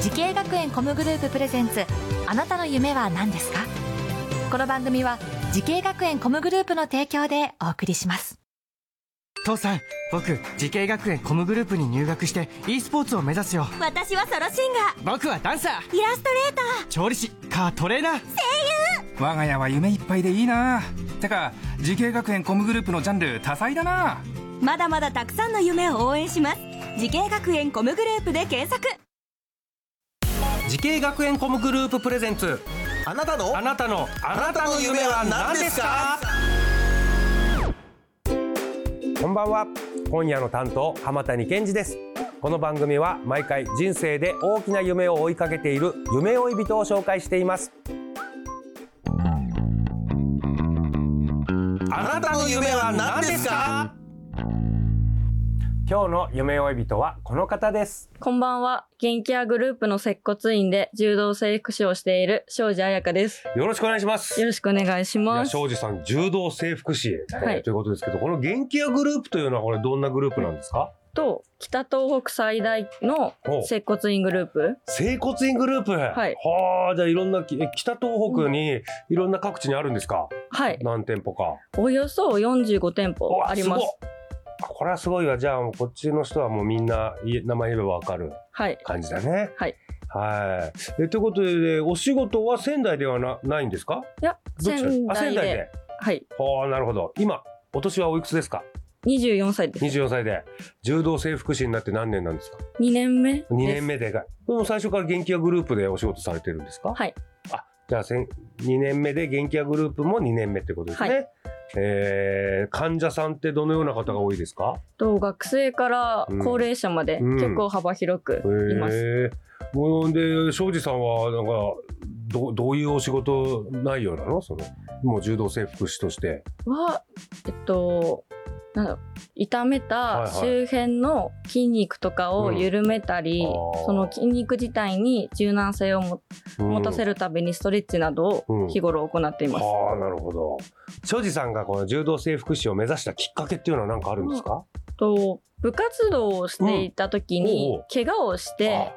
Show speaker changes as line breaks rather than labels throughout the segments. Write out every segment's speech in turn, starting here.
時系学園コムグループプレゼンツあなたの夢は何ですかこの番組は時系学園コムグループの提供でお送りします
父さん僕慈恵学園コムグループに入学して e スポーツを目指すよ
私はソロシンガー
僕はダンサー
イラストレータ
調理師カートレーナー
我が家は夢いっぱいでいいなてか慈恵学園コムグループのジャンル多彩だな
ーまだまだたくさんの夢を応援します時系学園コムグループで検索
時系学園コムグループプレゼンツ
あなたの
あなたのあなたの夢は何ですかこんばんは今夜の担当浜谷健二ですこの番組は毎回人生で大きな夢を追いかけている夢追い人を紹介していますあなたの夢は何ですか今日の夢追い人はこの方です
こんばんは。元気屋グループの接骨院で柔道整復師をしている庄司彩香です。
よろしくお願いします
よろしくお願いし
いや
ます。
庄司さん柔道整復師、えー
はい
ということですけどこの元気屋グループというのはこれどんなグループなんですか
と、北東北最大の
おう
接骨院グループ。
整骨院グループ
はい
あじゃあいろんなきえ北東北にいろんな各地にあるんですか
はい。
何店舗か
およそ45店
う
舗
わ
ありますす。
ごっこれはすごいわじゃあもうこっちの人はもうみんない名前言えばわかる
はい。
感じだね
はい
はいえということでお仕事は仙台ではなないんですか
いや、
どっち
仙
あ仙台
台で。
で
はい。
はあなるほど今お年はおいくつですか
24歳です。
24歳で柔道整復師になって何年なんですか
2年目です。
2年目でかいでも最初から元気屋グループでお仕事されてるんですか
はい
あじゃあせん2年目で元気屋グループも2年目ってことですね、
は
えー患者さんってどのような方が多いですか
と、学生から高齢者まで
うん
結構幅広くいま
え
す。
ー、もうで庄司さんはなんかどどういうお仕事内容なのそのもう柔道整復師として
は、えっと、なんだろう痛め
は
た
いはい
周辺の筋肉とかを緩めたり、
うんあー
その筋肉自体に柔軟性をも持たせ
る、
るためにストレッチなど
う
を
ん
日頃行っています。
ああなるほど庄司さんがこの柔道整復師を目指したきっかけっていうのは何かあるんですか、
と部活動をしていた時
うんおう
に
おう
怪我をし
あ
て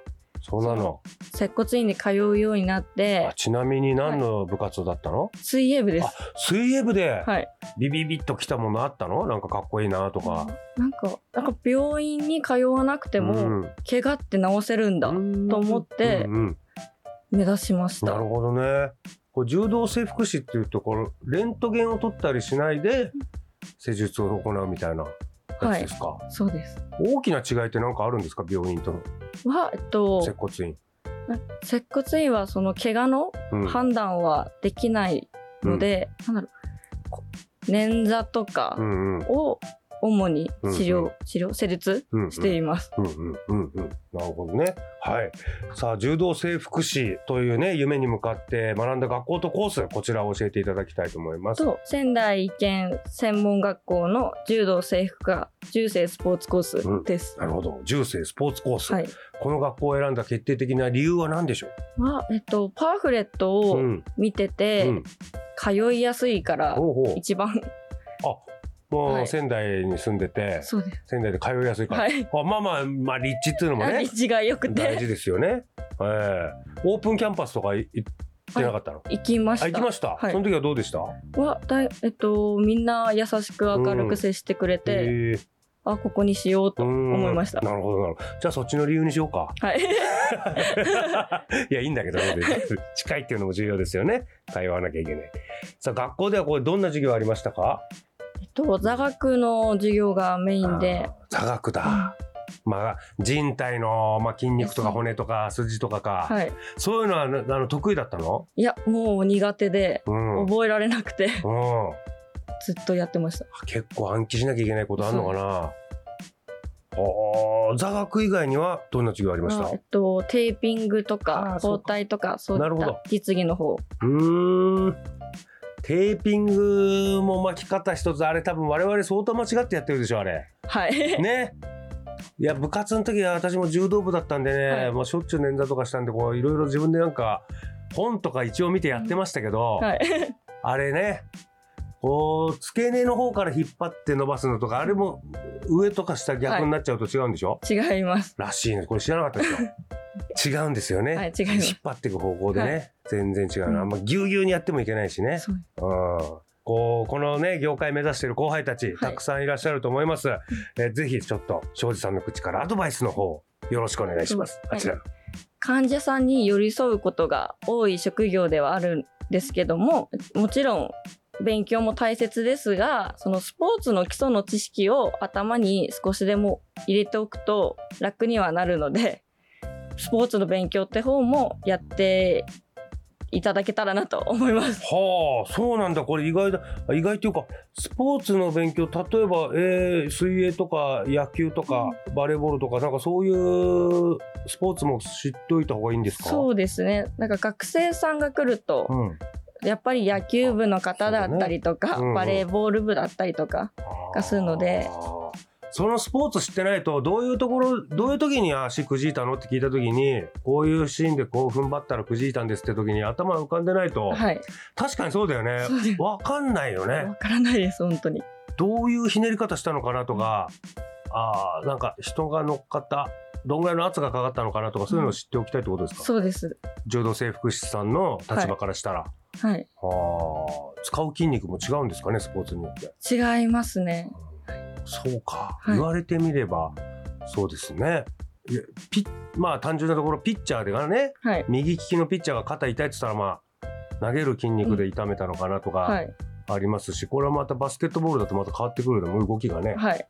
そうなの
接骨院に通うようになって
あちなみに何の部活動だったの、
水泳部です。
水泳部で
はい。
ビビビッときたものあったのなんかかっこいいなとか。
なんかなんか病院に通わなくても
うん
怪我って治せるんだと思って
うんうん
目指しました。
なるほどね。こう柔道整復師っていうところレントゲンを取ったりしないで施術を行うみたいなやつですか、
そうです。
大きな違いって何かあるんですか病院との
はえっと
接骨院。
接骨院はその怪我の
うん
判断はできないので、なんだろうこ捻挫とか
うんうん
を主に治療、
うんうん
治療施術
うんうん
しています、
うんうんうんうん、なるほどね。はい。さあ、柔道整復師というね、夢に向かって学んだ学校とコース、こちらを教えていただきたいと思います。
と仙台医研専門学校の柔道制服科柔性スポーツコースです、
なるほど。柔性スポーツコース。
はい、
この学校を選んだ決定的な理由は何でしょ
はえっと、パンフレット
う、
を
ん
見てて、
うん、
通いやすいから
ほうほ
一番
うも
は
う
い
仙台に住んでて
そうです、
仙台で通いやすいから、
はい
あまあまあまあ立地っていうのもね
立地が良く
大
て
事ですよね、ええオープンキャンパスとかい行ってなかったの、
行きました
あ行きました、
はい
その時はどうでした
はだいえっとみんな優しく明るく接してくれて、
ええ
あここにしようと思いました
うーん。なるほどなるほどじゃあそっちの理由にしようか
はい、
いやいいんだけどね 近いっていうのも重要ですよね通わなきゃいけないさあ学校ではこれどんな授業ありましたか
えっと座学の授業がメインで、
座学だ。まあ、人体の、まあ、筋肉とか骨とか筋とかか、
はい、
そういうのはなあの得意だったの、
いやもう苦手で
うんうん、
覚えられなくて ずっとやってました。
結構暗記しなきゃいけないことあるのかなあー座学以外にはどんな授業ありました、
まあえっとテーピングと
あ
か
ーそう
包
か
帯とかそう
ないる
っ
ほど
た実技の方
うーんテーピングも巻き方一つあれ多分我々相当間違ってやってるでしょあれ
はい
ねいや部活の時は私も柔道部だったんでね、
はい
まあ、しょっちゅう捻挫とかしたんでこういろいろ自 分でなんか本とか一応見てやってましたけど、
はい
あれね、こおー付け根の方から引っ張って伸ばすのとか、あれも上とか下逆になっちゃうと違うんでしょ、
違います。
らしいね。これ知らなかったです よ。違うんですよね。
はい、違いま
引っ
す。
張っていく方向でね、
は
全然違うな。あんまぎゅうぎゅうにやってもいけないしね。
そう
うんこうこのね業界目指してる後輩たち、たくさんいらっしゃると思います、えーぜひちょっと庄司さんの口からアドバイスの方をよろしくお願いします、
はい
あちらの
患者さんに寄り添うことが多い職業ではあるんですけどももちろん勉強も大切ですがそのスポーツの基礎の知識を頭に少しでも入れておくと楽にはなるのでスポーツの勉強って方もやっていただけたらなと思います。
はあそうなんだこれ意外だあ意外というかスポーツの勉強例えば、えー水泳とか野球とか、バレーボールとかなんかそういうスポーツも知っておいた方がいいんですか
そうですねなんか学生さんが来ると、
うん、うん
やっぱり野球部の方だったりと
そう
か、
だねうんうん
バレーボール部だったりとかがするので
あーそのスポーツ知ってないとどういうところどういう時に足くじいたのって聞いた時にこういうシーンでこう踏ん張ったらくじいたんですって時に頭浮かんでないと、
はい
確かにそうだよね
そうです
わかんないよね
わからないです本当に
どういうひねり方したのかなとかあーなんか人が乗っかったどんぐらいの圧がかかったのかなとかそういうのを知っておきたいってことですか、
そうです
柔道整復師さんの立場からしたら、
はい
あー使う筋肉も違うんですかねスポーツによって。
違いますね
そうか、
はい
言われてみればそうですね。いやピッまあ単純なところピッチャーでがね
はい
右利きのピッチャーが肩痛いって言ったらまあ投げる筋肉で痛めたのかなと
は
か
い
ありますし、これはまたバスケットボールだとまた変わってくるでもう動きがね、
はい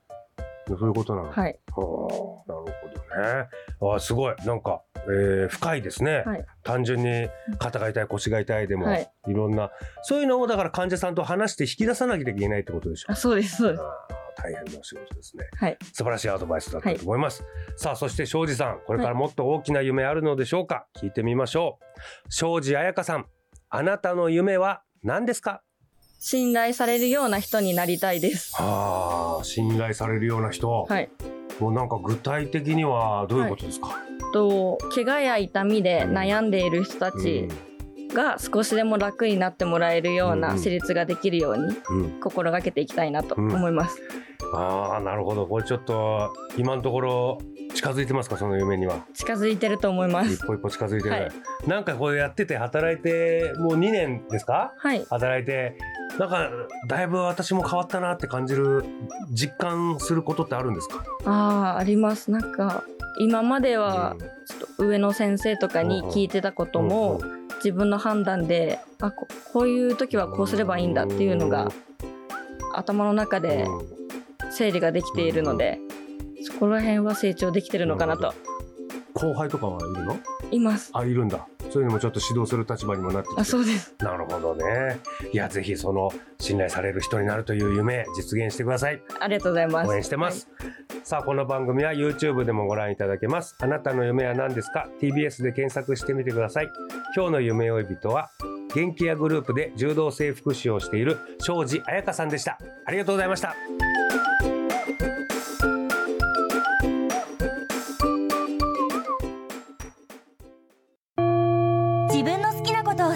そういうことなの、あー
はい
なるほどねあーすごいなんか、えー深いですね、
はい
単純に肩が痛い腰が痛いでも、
はいい、
ろんなそういうのをだから患者さんと話して引き出さなきゃいけないってことでしょ
あそうですそうです
あー大変な仕事ですね、
はい
素晴らしいアドバイスだったと思います、さあそして庄司さんこれからもっと大きな夢あるのでしょうか、聞いてみましょう庄司彩香さんあなたの夢は何ですか
信頼されるような人になりたいです
あー信頼されるような人、
はい
もうなんか具体的にはどういうことですか、
と怪我や痛みで悩んでいる人た
う
ち
ん
が少しでも楽になってもらえるよう
うん
な施術ができるように
うん
心がけていきたいなと思います、
ああなるほどこれちょっと今のところ近づいてますかその夢には
近づいてると思います
一歩一歩近づいてる、
はい
なんかこれやってて働いてもう2年ですか
はい
働いてなんかだいぶ私も変わったなって感じる実感することってあるんですか
ああありますなんか今までは
うん
ちょっと上の先生とかに聞いてたことも
うん
自分の判断であここういう時はこうすればいいんだっていうのが頭の中で
うん
整理ができているのでそこら辺は成長できてるのかなと
後輩とかはいるの
います
あいるんだそういうのもちょっと指導する立場にもなってきて
あそうです
なるほどねいやぜひその信頼される人になるという夢実現してください
ありがとうございます
応援してます、さあこの番組は YouTube でもご覧いただけますあなたの夢は何ですか TBS で検索してみてください今日の夢追い人は元気屋グループで柔道整復師をしている庄司彩香さんでしたありがとうございました
自分の好きなことを